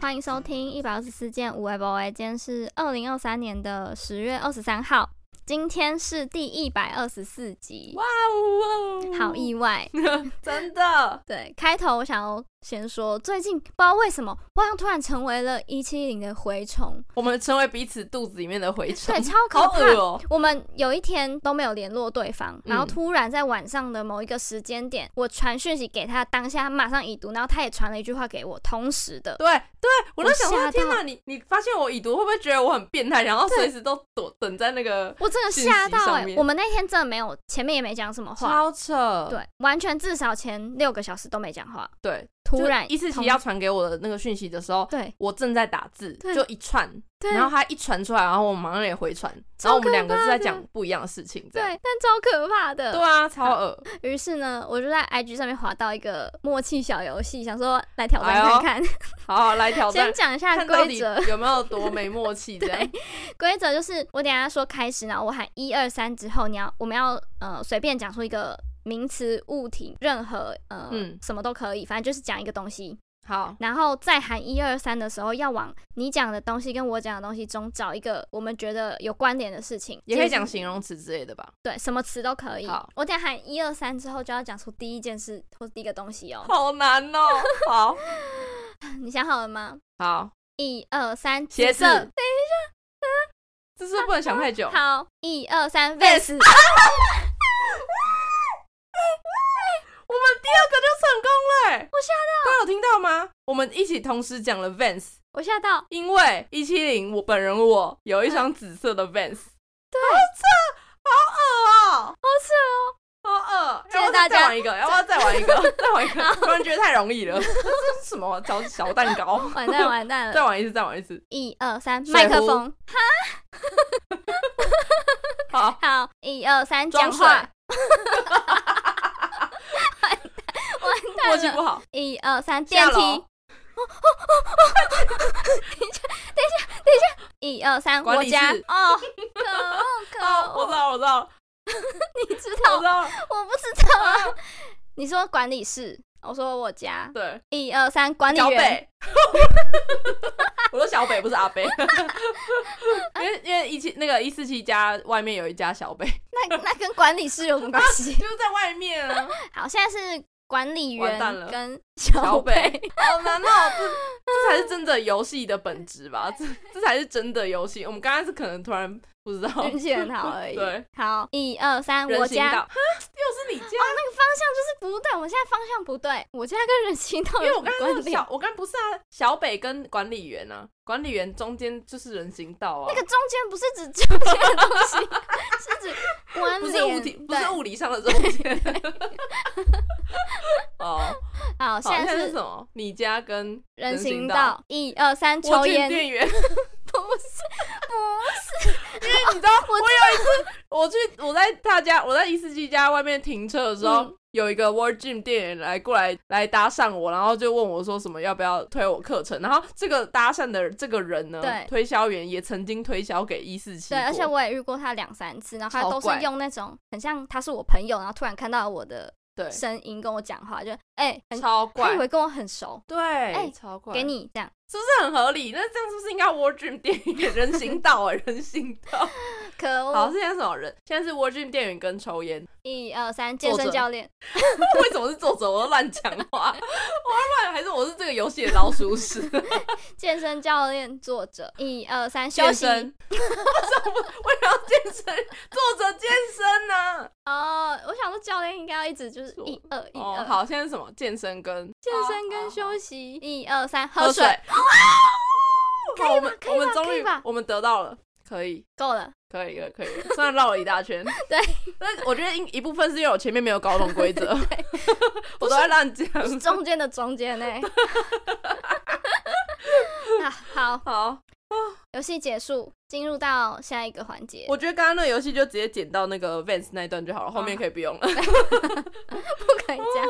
欢迎收听一百二十四件无为不为。今天是二零二三年的十月二十三号，今天是第一百二十四集，哇哦，哇哦好，意外。 真的，对，开头我想要先说，最近不知道为什么，我好像突然成为了一七零的蛔虫，我们成为彼此肚子里面的蛔虫对，，超可好怕。恶哦、我们有一天都没有联络对方，然后嗯突然在晚上的某一个时间点，我传讯息给他，当下他马上已读，然后他也传了一句话给我，同时的，对对，我我都想吓说，到天哪，你你发现我已读，会不会觉得我很变态？然后对随时都躲等在那个我真的讯吓息到上哎、面我们那天真的没有，前面也没讲什么话，超扯，对，完全至少前六个小时都没讲话，对，突然就是一次同期要传给我的那个讯息的时候，对我正在打字，对就一串，对然后他一传出来，然后我马上也回传，超然后我们两可个怕是在的讲不一样的事情，这样对，但超可怕的。对啊，超恶，于是呢，我就在 IG 上面滑到一个默契小游戏，想说来挑战哎呦看看。好好来挑战 先。讲一下看到规底则，有没有多没默契？这样规则就是我等一下说开始，然后我喊一二三之后，你要我们要呃随便讲出一个名词、物体，任何呃、嗯什么都可以，反正就是讲一个东西。好，然后再喊一二三的时候，要往你讲的东西跟我讲的东西中找一个我们觉得有关联的事情，也可以就是讲形容词之类的吧。对，什么词都可以。好我等一下喊一二三之后，就要讲出第一件事或是第一个东西哦。 好难 哦。好你想好了吗？好，一二三，鞋紫子色这是不能想太久。好，一二三 Vans ，vans。 我们第二个就成功了欸、我吓到。大家有听到吗？我们一起同时讲了 Vans，我吓到，因为一七零我本人我有一双紫色的 Vans，好扯，好恶哦、好扯哦！好恶。谢谢要不要大家再玩一个，要不要再玩一 个？再玩一个，突然觉得太容易了。这是什么小小蛋糕？完 蛋完蛋再了！玩一次，再玩一次。一二三，水麦克壶风。好，好，一二三，讲装水。话。 默契 不好，一二三，电梯。哦下等楼哦 一下，等一下，等一下。一二三，管我理家室。哦，可哦，恶我可恶！知道，我知道，你知我道知，道了。我不知道啊。你说管理室，我说我家。对，一二三，管理小员。北， 我说小北不是阿北， 因为因为一七那个一四七家外面有一家小北， 那那跟管理室有什么关系？就是在外面啊，好，现在是管理完蛋员了跟小小北。北好难哦，这这才是真的游戏的本质吧，这这才是真的游戏。我们刚刚是可能突然不知道，运气很好而已。对，好，一二三，嗯我人行家道，哦，哈，又是你家，那个方向就是不对，我现在方向不对，我家跟人行道因为有我什么刚刚那关个联小，？我刚刚不是啊，小北跟管理员啊，管理员中间就是人行道啊那，个中间不是指中间的东西，是指关 不是物联。体，不对是物理上的中间。 哦，好，好，现在在是是什么？你家跟人行行道，一二三，抽烟。店员，不是，因为你知道， 我我有一次我去我在他家，我在伊四七家外面停车的时候，嗯有一个 w o r d Gym 店员来过来来搭讪我，然后就问我说什么要不要推我课程，然后这个搭讪的这个人呢对，推销员也曾经推销给 E 伊四七，对，而且我也遇过他两三次，然后他超都是怪用那种很像他是我朋友，然后突然看到我的对声音跟我讲话，就哎，很超他以怪为。跟我很熟，对，哎超怪，给你这样。是不是很合理？那这样是不是应该 w o r d Gym 店员人行道啊， 人行道？可好，恶！现在是什么人？现在是 w o r d Gym 店员跟抽烟， 一二三，健坐身着教练。为什么是作者？我都乱讲话， 我乱还是我是这个游戏的老 鼠屎？健身教练作者，一二三，休健息身， 为什么为什么要健身？作者健身呢、 哦。我想说教练应该要一直就是做一二一哦二，，好，现在是什么？健身跟哦健身跟休息，一二三，喝喝水，哦好，我们可以吧我们终可以于吧我们得到了，可以。够 了。可以了，可以了，虽然绕了一大圈， 对， 但我觉得一一部分是因为我前面没有搞懂 规则， 我都在乱讲。是中间的中 间呢。 那好，好，游戏结束，进入到下一个环节。我觉得刚刚那个游戏就直接剪到那个 Vans 那一段就好了，后面啊可以不用不了。可以这样。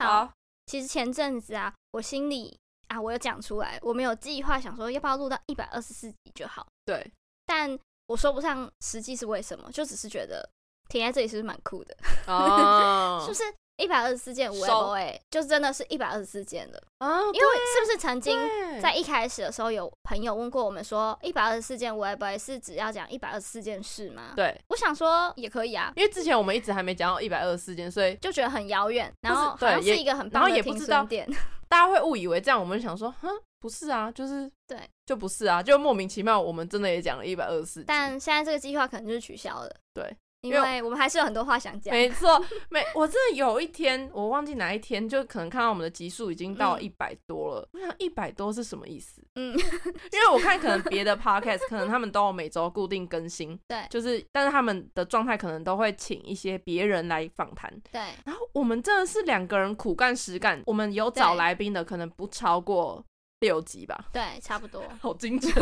好，好，其实前阵子啊，我心里啊，我有讲出来，我们有计划想说要不要录到一百二十四集就好，对，但我说不 上实际是为什么，就只是觉得停在这里是不是蛮酷的？哦是不，是一百二十四件五 A 收 O A，就真的是一百二十四件的。啊，因为是不是曾经对在一开始的时候有朋友问过我们说，一百二十四件五 A O A 是只要讲一百二十四件事吗？对，我想说也可以啊，因为之前我们一直还没讲到一百二十四件，所以就觉得很遥远，然后好对像是也一个很然棒后的也不停知道损点。大家会误以为这样，我们就想说，哼，不是啊，就是对，就不是啊，就莫名其妙，我们真的也讲了一百二十四，但现在这个计划可能就是取消了。对，因因为为我们还是有很多话想讲。没 错，没，我真的有一天，我忘记哪一天，就可能看到我们的集数已经到嗯一百多了。我想一百多是什么意思？嗯， 因为我看可能别的 podcast，可能他们都有每周固定更新，对就是，但是他们的状态可能都会请一些别人来访谈。对然后我们真的是两个人苦干实干，我们有找对来宾的，可能不超过六集吧。对，差不 多。好精准。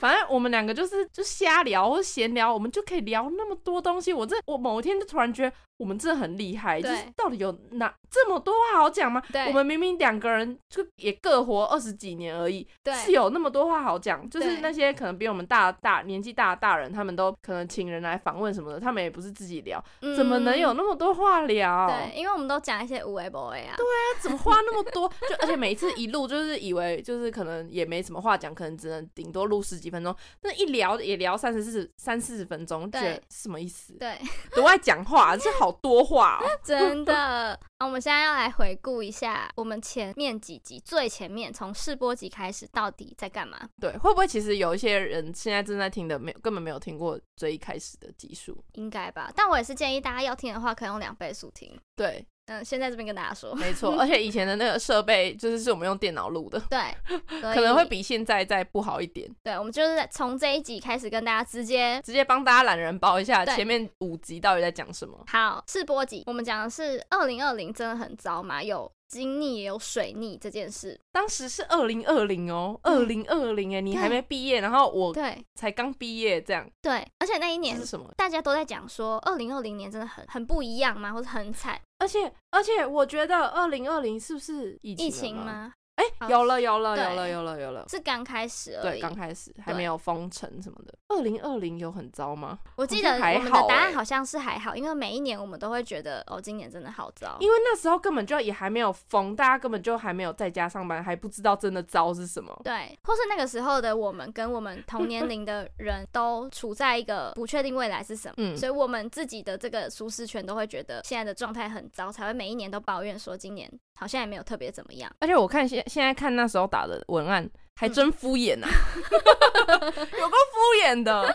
反正我们两个就是就瞎聊或闲聊，我们就可以聊那么多东西。我这我某一天就突然觉得我们真的很厉害，就对是到底有哪这么多话好讲吗？对我们明明两个人就也各活二十几年而已，对是有那么多话好讲。就是对那些可能比我们大大年纪大的大人，他们都可能请人来访问什么的，他们也不是自己聊，怎么能有嗯？那么多话聊？对，因为我们都讲一些无为不为啊。怎么话那么多？就而且每一次一录就是以为就是可能也没什么话讲，可能只能顶多录十几分钟，那一聊也聊三十四三四十分钟，觉对得什么意思？对， 都爱讲话，这好多话、哦。真的。啊那我们现在要来回顾一下我们前面几集，最前面从试播集开始到底在干嘛？对，会不会其实有一些人现在正在听的没有根本没有听过最一开始的集数？应该吧。但我也是建议大家要听的话，可以用两倍速听。对，嗯，现在这边跟大家说，没 错，而且以前的那个设备就是是我们用电脑录的， 对，可可能会比现在再不好一点。对，我们就是从这一集开始跟大家直接直接帮大家懒人包一下对前面五集到底在讲什么。好，试播集，我们讲的是二零二零真的很糟嘛，有金逆也有水逆这件事。当时是二零二零哦，二零二零哎，你还没毕业，然后我对才刚毕业，这样对，而且那一这年是什么？大家都在讲说，二零二零年真的很很不一样嘛，或者很惨，而且而且，我觉得二零二零是不是疫情疫疫情？吗？哎、好有了有了对有了有了有了，是刚开始而对，已。刚开始还没有封城什么的。二零二零有很糟吗？我记好得像还我们好的答案欸好像是还好，因为每一年我们都会觉得哦，今年真的好糟。因为那时候根本就也还没有封，大家根本就还没有在家上班，还不知道真的糟是什么。对，或是那个时候的我们跟我们同年龄的人都处在一个不确定未来是什么，嗯所以我们自己的这个舒适圈都会觉得现在的状态很糟，才会每一年都抱怨说今年好像也没有特别怎么样。而且我看现现在看那时候打的文案，还真敷衍啊， 有够敷衍的，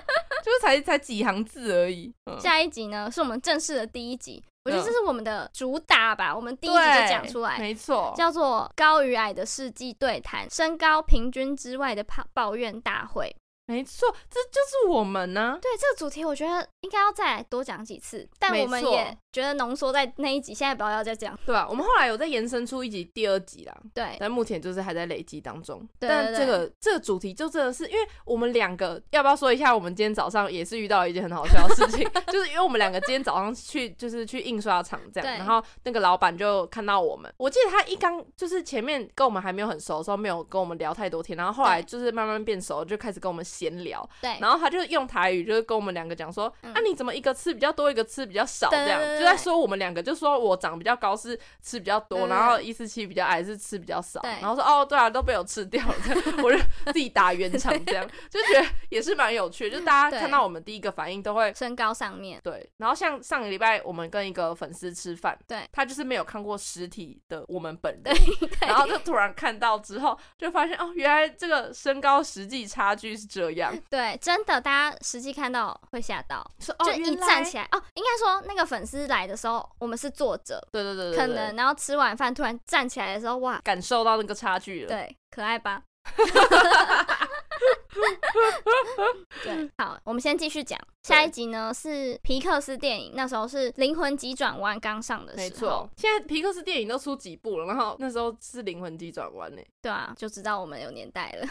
就是才才几行字而已。嗯、下一集呢是我们正式的第一集，我觉得嗯这是我们的主打吧，我们第一集对就讲出来。没错，叫做高与矮的世纪对谈，身高平均之外的抱抱怨大会。没错，这就是我们啊呢、对这个主题，我觉得应该要再来多讲几次，但没我们错也觉得浓缩在那一集，现在不要再讲。对吧、啊我们后来有再延伸出一集第二集啦，对但目前就是还在累积当中。对但对这个这个主题就真的是，因为我们两个要不要说一下，我们今天早上也是遇到一件很好笑的事情， 就是因为我们两个今天早上去就是去印刷厂这样，对然后那个老板就看到我们，我记得他一刚就是前面跟我们还没有很熟的时候，没有跟我们聊太多天，然后后来对就是慢慢变熟，就开始跟我们闲聊，对，然后他就用台语就是跟我们两个讲说，嗯啊你怎么一个吃比较多，一个吃比较少对这样对，对就在说我们两个，就说我长比较高是吃比较多，对对然后一四七比较矮是吃比较少，对然后说哦对啊都被我吃掉了， 这样我就自己打圆场这 样，就觉得也是蛮有趣的，就大家对看到我们第一个反应都会。身高上 面，对，然后像上个礼拜我们跟一个粉丝吃饭，对他就是没有看过实体的我们本人，对然后就突然看到之后，就发现哦，原来这个身高实际差距是这样，对，真的，大家实际看到会吓到，说哦，就一原来站起来哦，应该说那个粉丝来的时候，我们是坐着，对对对对，可对能然后吃完饭突然站起来的时候，哇，感受到那个差距了。对，可爱 吧？ 对，好，我们先继续讲下一集呢，是皮克斯电影，那时候是《灵魂急转弯》刚上的没时候错，，现在皮克斯电影都出几部了，然后那时候是《灵魂急转弯》呢，对啊，就知道我们有年代 了。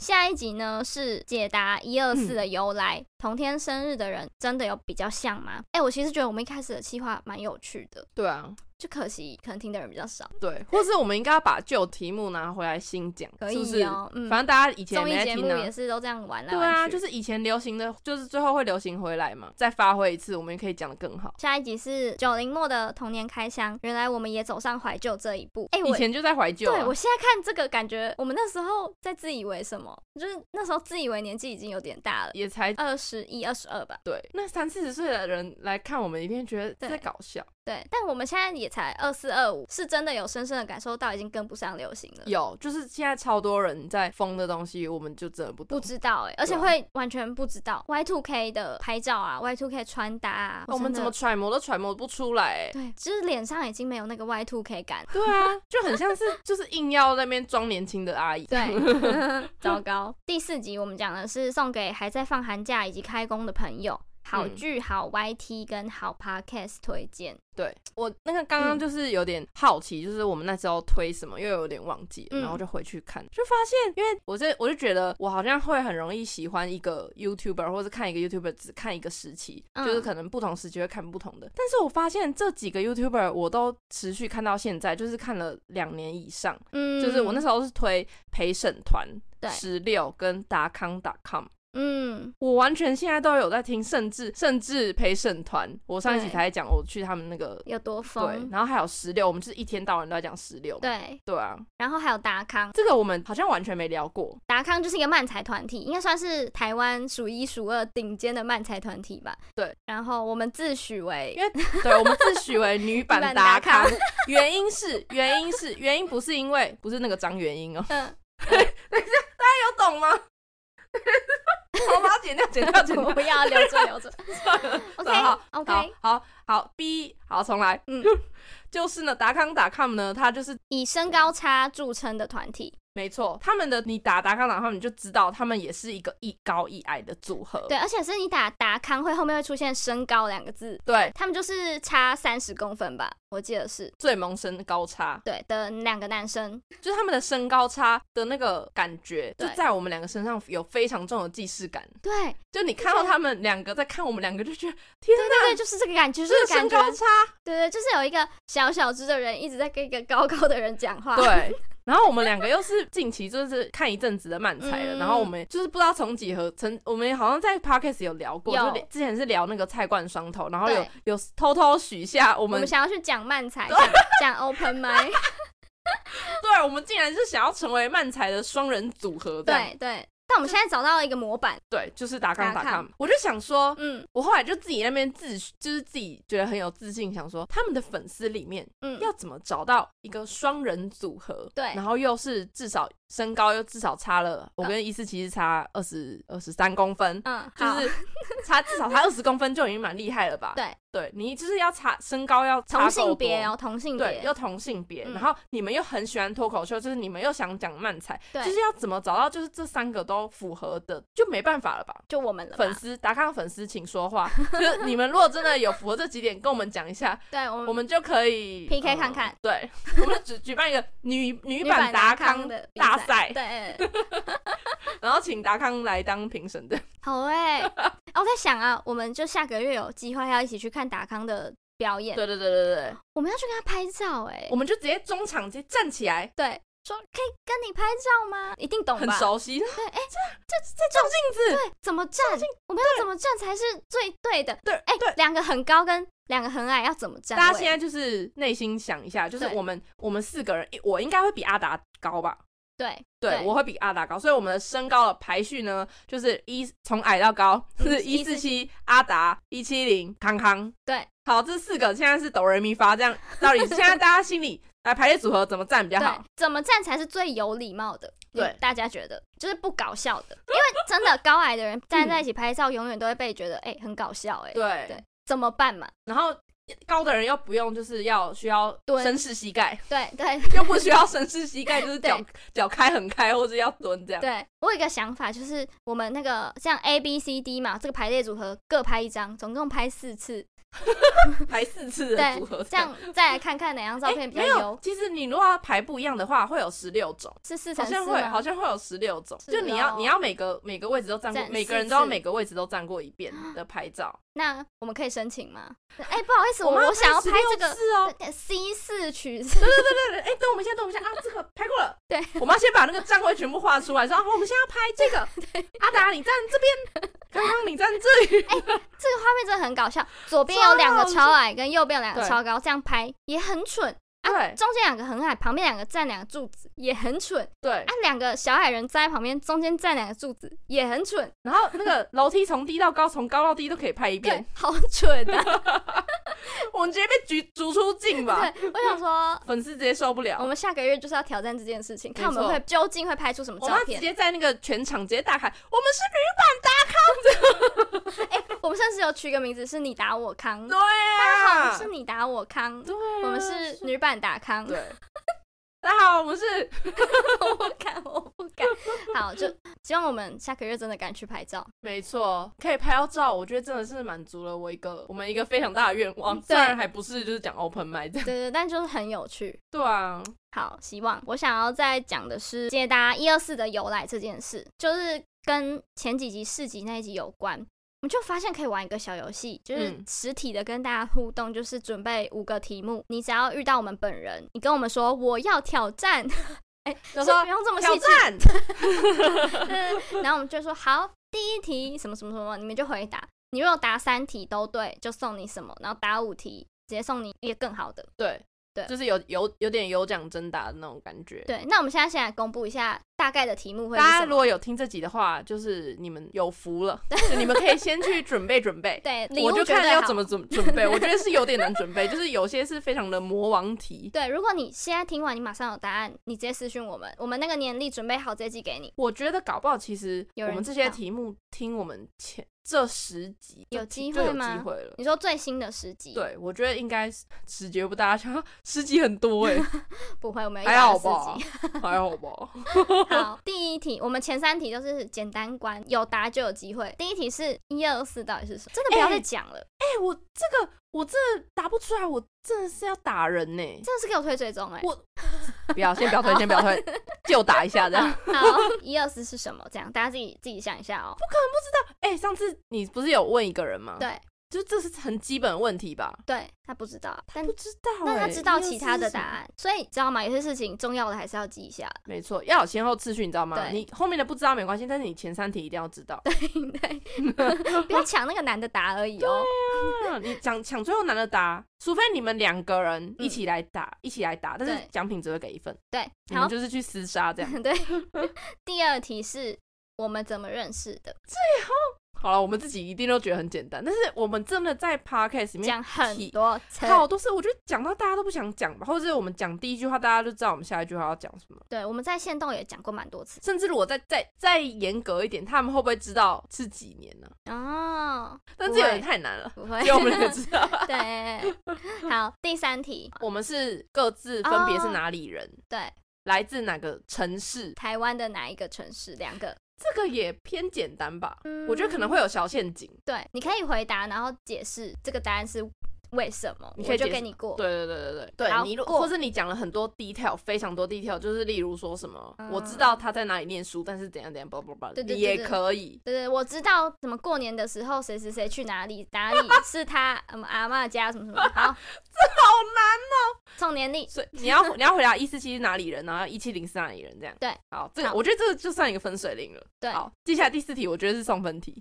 下一集呢是解答一二四的由来，同天生日的人真的有比较像吗？哎、我其实觉得我们一开始的计划蛮有趣的，对啊，就可惜可能听的人比较少，对，或是我们应该要把旧题目拿回来新讲，可是不以是？哦、嗯，反正大家以前综没艺在节听目啊也是都这样玩来对玩啊，去。就是以前流行的，就是最后会流行回来嘛，再发挥一次，我们也可以讲的更好。下一集是九零末的童年开箱，原来我们也走上怀旧这一步。哎、以我前就在怀旧、对啊我，现在看这个感觉，我们那时候在自以为什么？就是那时候自以为年纪已经有点大了，也才二十一、二十二吧。对。那三四十岁的人来看我们，一定觉得在对搞笑。对，但我们现在也才二四二五，是真的有深深的感受到已经跟不上流行了。有，就是现在超多人在疯的东西，我们就真的不懂。不知道哎、而且对啊会完全不知道 Y two K 的拍照啊，Y two K 穿搭啊，哦我们真的怎么揣摩都揣摩不出来、欸。对，就是脸上已经没有那个 Y two K 感。 对啊，就很像是就是硬要在那边装年轻的阿姨。对， 糟糕。第四集我们讲的是送给还在放寒假以及开工的朋友，好嗯剧、好 YT 跟好 Podcast 推荐。对我那个刚刚嗯就是有点好奇，就是我们那时候推什么，因为有点忘记了，嗯然后就回去看，就发现，因为我这我就觉得我好像会很容易喜欢一个 YouTuber，或是看一个 YouTuber 只看一个时期，嗯就是可能不同时期会看不同的。但是我发现这几个 YouTuber 我都持续看到现在，就是看了两年以上。嗯就是我那时候是推陪审团对十六跟达康 .com。嗯，我完全现在都有在听，甚至甚至陪审团，我上一期对才讲我去他们那个有多对，疯。然后还有十六，我们就是一天到晚都在讲十六。对，对啊，然后还有达康，这个我们好像完全没聊过。达康就是一个漫才团体，应该算是台湾数一数二顶尖的漫才团体吧。对，然后我们自诩为因为对，我们自诩为女 女版版达达康康，原因是原因是原因不是因为不是那个张元英哦，嗯，有懂吗？ 好，把它剪掉，剪掉，剪 掉我不要留着留着。算了。 OK 好 OK，好好好，B 好重来，嗯嗯，就是呢，达康 .com 呢，它就是以身高差著称的团体，没错，他们的你打达康 .com 你就知道，他们也是一个一高一矮的组合，对，而啊且是你打达康会后面会出现身高两个字，对，他们就是差三十公分吧，我记得是最萌身高差，对的两个男生，就是他们的身高差的那个感觉，就对在我们两个身上有非常重的既视感。对对就你看到他们两个在看我们两个，就觉得对对，就是这个感觉，就是这个感身觉，高差，对对，就是有一个小小只的人一直在跟一个高高的人讲话，对。然后我们两个又是近期就是看一阵子的漫才了，嗯然后我们就是不知道从几何曾我们好像在 podcast 有聊过，有就之前是聊那个菜冠双头，然后有对有偷偷许下我我们们想要去讲漫才，讲讲 open mic，对，我们竟然是想要成为漫才的双人组合这样，对对。但我们现在找到了一个模板，对，就是打康打打康康。我就想说，嗯我后来就自己那边自，就是自己觉得很有自信，想说他们的粉丝里面嗯，要怎么找到一个双人组合，对然后又是至少身高又至少差了，我嗯跟伊思琪是差二十二十三公分。嗯，就好，是差至少差二十公分就已经蛮厉害了吧？对，对你就是要差身高要差同够性别多哦，同性对，别，又同性别，嗯然后你们又很喜欢脱口秀，就是你们又想讲漫才，对就是要怎么找到就是这三个都符合的，就没办法了吧？就我们了吧，粉丝达康粉丝，请说话。 就是你们如果真的有符合这几点，跟我们讲 一下，对我我们们就可以 PK 嗯看看嗯对， 我们举举办一个女女版达康的比大赛赛，，对，然后请达康来当评审的。好 哎、啊我在想啊，我们就下个月有计划要一起去看达康的表演，对对对对对，我们要去跟他拍照哎、我们就直接中场直接站起来，对，说可以跟你拍照吗？一定懂吧？很熟悉，对，哎、照镜子，对，怎么站？我们要怎么站才是最对的？对，哎、对。两个很高跟两个很矮要怎么站位？大家现在就是内心想一下，就是对我们我们四个人，我应该会比阿达高吧？对对，对我会比阿达高，所以我们的身高的排序呢，就是一从矮到高，嗯是一四七阿达，一七零康康。对，好，这四个现在是哆来咪发，这样到底现在大家心里来排列组合怎么站比较好对？，怎么站才是最有礼貌的？对大家觉得就是不搞笑的，因为真的高矮的人站在一起拍照，永远都会被觉得哎、很搞笑哎、对，对怎么办嘛？然后高的人又不用就是要需要蹲绅士膝盖，对对又不需要绅士膝盖， 就是对脚脚开很开或者要蹲这样。对我有一个想法，就是我们那个像 A B C D 嘛，这个排列组合各拍一张，总共拍四次，排四次的组合对，这样再来看看哪张照哎片比较没有优，，其实你如果要排不一样的话，会有十六种。是四好乘四像会，好吗？像会有十六种，是就你要哦你要每个每个位置都站过，站每个人四都要次每个位置都站过一遍啊的拍照。那我们可以申请吗？哎、不好意思，我们我想要拍这16个呃次哦， C 四曲对对对对对，哎，等我们一下，等我们一下啊，这个拍过了， 对，我们要先把那个站位全部画出来，说啊，我们现在要拍 这个，阿达你站这边，刚刚你站这里，哎这个画面真的很搞笑，左边有两个超矮，跟右边有两个对超高，这样拍也很蠢。啊，对中间两个很矮，旁边两个站两个柱子，也很蠢。对啊，，两个小矮人站在旁边，中间站两个柱子，也很蠢。然后那个楼梯从低到高，从高到低都可以拍一对遍，，好蠢啊！我们直接被逐逐出境吧， 对，我想 说，粉丝直接受不我了。们下个月就是要挑战这件事情，看我们没错会究竟会拍出什么我照妈直片。接在那个全场直接大喊：“我们是我们甚至有取个名字，是你打我康。对大家啊，好，是你打我康。对啊，我们是女版打康，对。 大家好，我们是 我不敢，我不敢。好，就希望我们下个月真的敢去拍照。没错，可以拍到照，我觉得真的是满足了我一个我们一个非常大的愿望。嗯对虽然还不是就是讲 open m i 这样，对对，但就是很有趣。对啊，好，希望我想要再讲的是解答一二四的由来这件事，就是跟前几集四集那一集有关。我们就发现可以玩一个小游戏，就是嗯实体的跟大家互动，就是准备五个题目，你只要遇到我们本人，你跟我们说我要挑战，说就 说不用这么啊挑细致，战， 对然后我们就说好，第一题什么什么什么，你们就回答。你如果答三题都对，就送你什么；然后答五题，直接送你一个更好的。对对就是有有有点有奖征答的那种感觉。对，那我们现在先来公布一下大概的题目会是大家什如么。果有听这集的话，就是你们有福 了，就你们可以先去准备准备。对，礼我物就绝看对要好怎么准准备，我觉得是有点难准备，就是有些是非常的魔王题。对，如果你现在听完，你马上有答案，你直接私讯我们，我们那个年历准备好直接寄给你。我觉得搞不好其实有我人们这知些道题目听我们前这十集就有机就会有吗嗯机会了。你说最新的十集？，对，我觉得应该是十集不大家想，十集很多 哎、不会，我们有还好吧十集。，还好 吧。好，第一题，我们前三题都是简单关，有答就有机会。第一题是一二四到底是什么？真的不要再哎讲了，哎、我这个我真的答不出来，我真的是要打人呢、真的是给我推追踪哎、我不要，先不要推，先不要推，就打一下 这样。 好，一二四是什么？这样大家自己自己想一下哦。哎、上次你不是有问一个人吗？，对就这是很基本的问题吧？对，他不知道，但不知道、欸，但嗯他知道其他的答124是什么。案，所以知道吗？有些事情重要的还是要记一 下。没错，要有先后次序，你知道吗？对你后面的不知道没关系，但是你前三题一定要知道。对， 不要抢那个男的答而已哦。啊你讲抢最后难的答，除非你们两个人一起来打，一起来打，但是嗯对奖品只会给一份，对，你好们，就是去厮杀这 样。对，第二题是我们怎么认识的，好了，我们自己一定都觉得很简单，但是我们真的在 podcast 里面讲很多次。好多事，我觉得讲到大家都不想讲吧，或者是我们讲第一句话，大家就知道我们下一句话要讲什么。对，我们在线动也讲过蛮多次甚至如果再再再严格一点，他们会不会知道是几年呢、哦，但这有点不太难 了，不会只。有我们两个知道。 对，好，第三题，我们是各自分别是哦哪里人，对，来自哪个城市，台湾的哪一个城市？两个，这个也偏简单吧。嗯我觉得可能会有小陷阱。对，你可以回答，然后解释这个答案是为什么，你可以我就解给释你过。对对对对对，好对你如过或是你讲了很多 detail，非常多 detail，就是例如说什么，嗯我知道他在哪里念书，但是怎样怎样，叭叭叭，对对对也对可以。对对，我知道什么过年的时候谁谁谁去哪里哪 里是他什么阿嬷家什么什么，好，好难。送年历，所以你要你要回答一四七是哪里人，然后一七零是哪里人，这样。对，好，这个好我觉得这个就算一个分水岭了。对好，接下来第四题我觉得是送分题，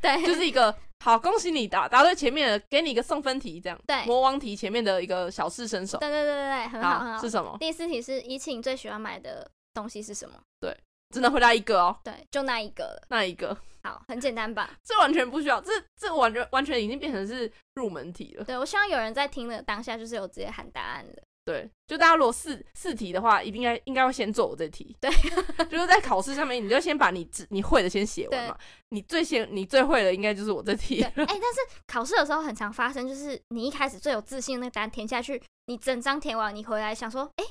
对，就是一个好，恭喜你答答对前面的，给你一个送分题，这样。对魔王题前面的一个小试身手。对对对对对，很好很好是。什么？第四题是怡庆最喜欢买的东西是什么？只能回答一个哦，对，就那一个了。那一个。好，很简单吧？这完全不需要，这这完全完全已经变成是入门题了。对，我希望有人在听的当下就是有直接喊答案的。对，就大家如果四四题的话，一定应该应该会先做我这题。对， 就是在考试上面，你就先把你知你会的先写完嘛。你最先你最会的应该就是我这题 对，。哎、但是考试的时候很常发生，就是你一开始最有自信的那个答案填下去，你整张填完，你回来想说，哎、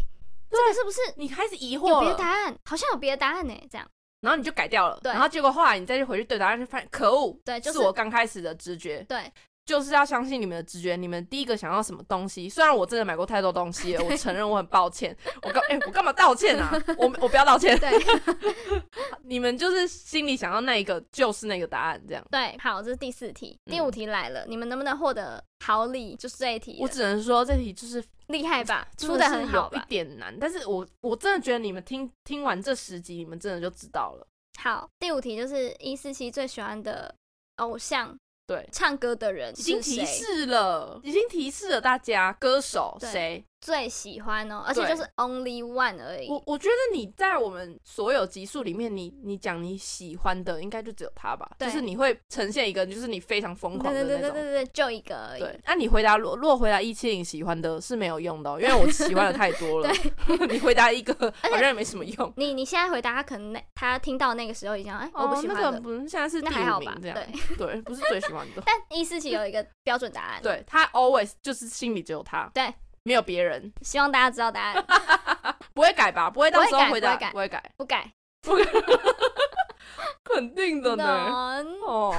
这个是不是你开始疑有惑别的了，答案？好像有别的答案呢、这样。然后你就改掉了，对然后结果后来你再去回去对答案，就发现可恶，对就是是我刚开始的直觉。对，就是要相信你们的直觉，你们第一个想要什么东西。虽然我真的买过太多东西了，我承认我很抱歉，我干哎、我干嘛道歉啊？我我不要道歉， 对你们就是心里想要那一个就是那个答案这样。对，好，这是第四题，第五嗯题来了，你们能不能获得好礼？就是这一题我了，只能说这题就是厉害吧？真出的是很好有一吧？点难，但是我我真的觉得你们听听完这十集，你们真的就知道了。好，第五题就是一四七最喜欢的偶像，对，唱歌的人已经是提谁？示了，已经提示了大家歌手对谁。最喜欢哦，而且就是 only one 而已。我我觉得你在我们所有集数里面，你你讲你喜欢的，应该就只有他吧？对就是你会呈现一个就是你非常疯对狂的对那对对种。对对，就一个而已。对，那、啊你回答若若回答一七零喜欢的是没有用的哦、因为我喜欢的太多 了。 你回答一个好像也没什么用。你你现在回答他，可能那他听到那个时候已经哎、我不喜欢哦、那了个，不是现在是第那还五好吧名？这样，对， 对，不是最喜欢的。但一四七有一个标准答案，，对他 always 就是心里只有他，对，没有别人，希望大家知道答案，不会改吧？不会到时候回答不会改会改，不改。 肯定的呢。 能哦，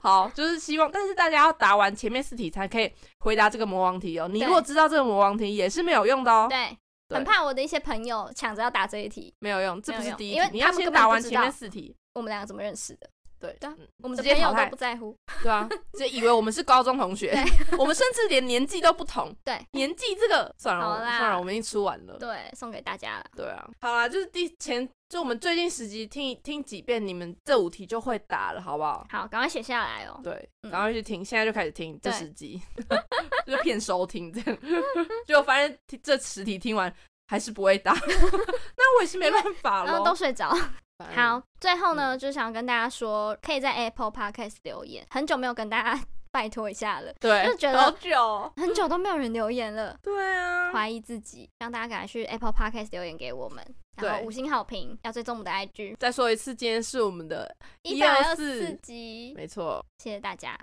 好，就是希望，但是大家要答完前面四题才可以回答这个魔王题哦。你对如果知道这个魔王题也是没有用的哦，对，对很怕我的一些朋友抢着要答这一题。没有用，这不没有是用第一因题为，你要他们先根本答不完知前面道 四题，我们两个怎么认识的？对对啊嗯我们直的接朋淘友汰都不，在乎。对啊，就以为我们是高中同学，我们甚至连年纪都不同， 对，年纪这个算了，好我啦算了，我们已经出完了，对，送给大家了。对啊，好啦，就是第前就我们最近十集听听几遍，你们这五题就会答了，好不好？好，赶快写下来哦。对，嗯然后去听，现在就开始听这对十集， 就是骗收听这样。 就发现听这十题听完还是不会答， 那我也是没办法然后了。呃嗯都睡着。反正 好，，最后呢，就想跟大家说，可以在 Apple Podcast 留言，很久没有跟大家拜托一下了， 对，就觉得好久，哦很久都没有人留言了，对啊，怀疑自己，让大家赶快去 Apple Podcast 留言给我们，然后对五星好评，要追踪我们的 IG，再说一次，今天是我们的一百二124四集，没错，谢谢大家，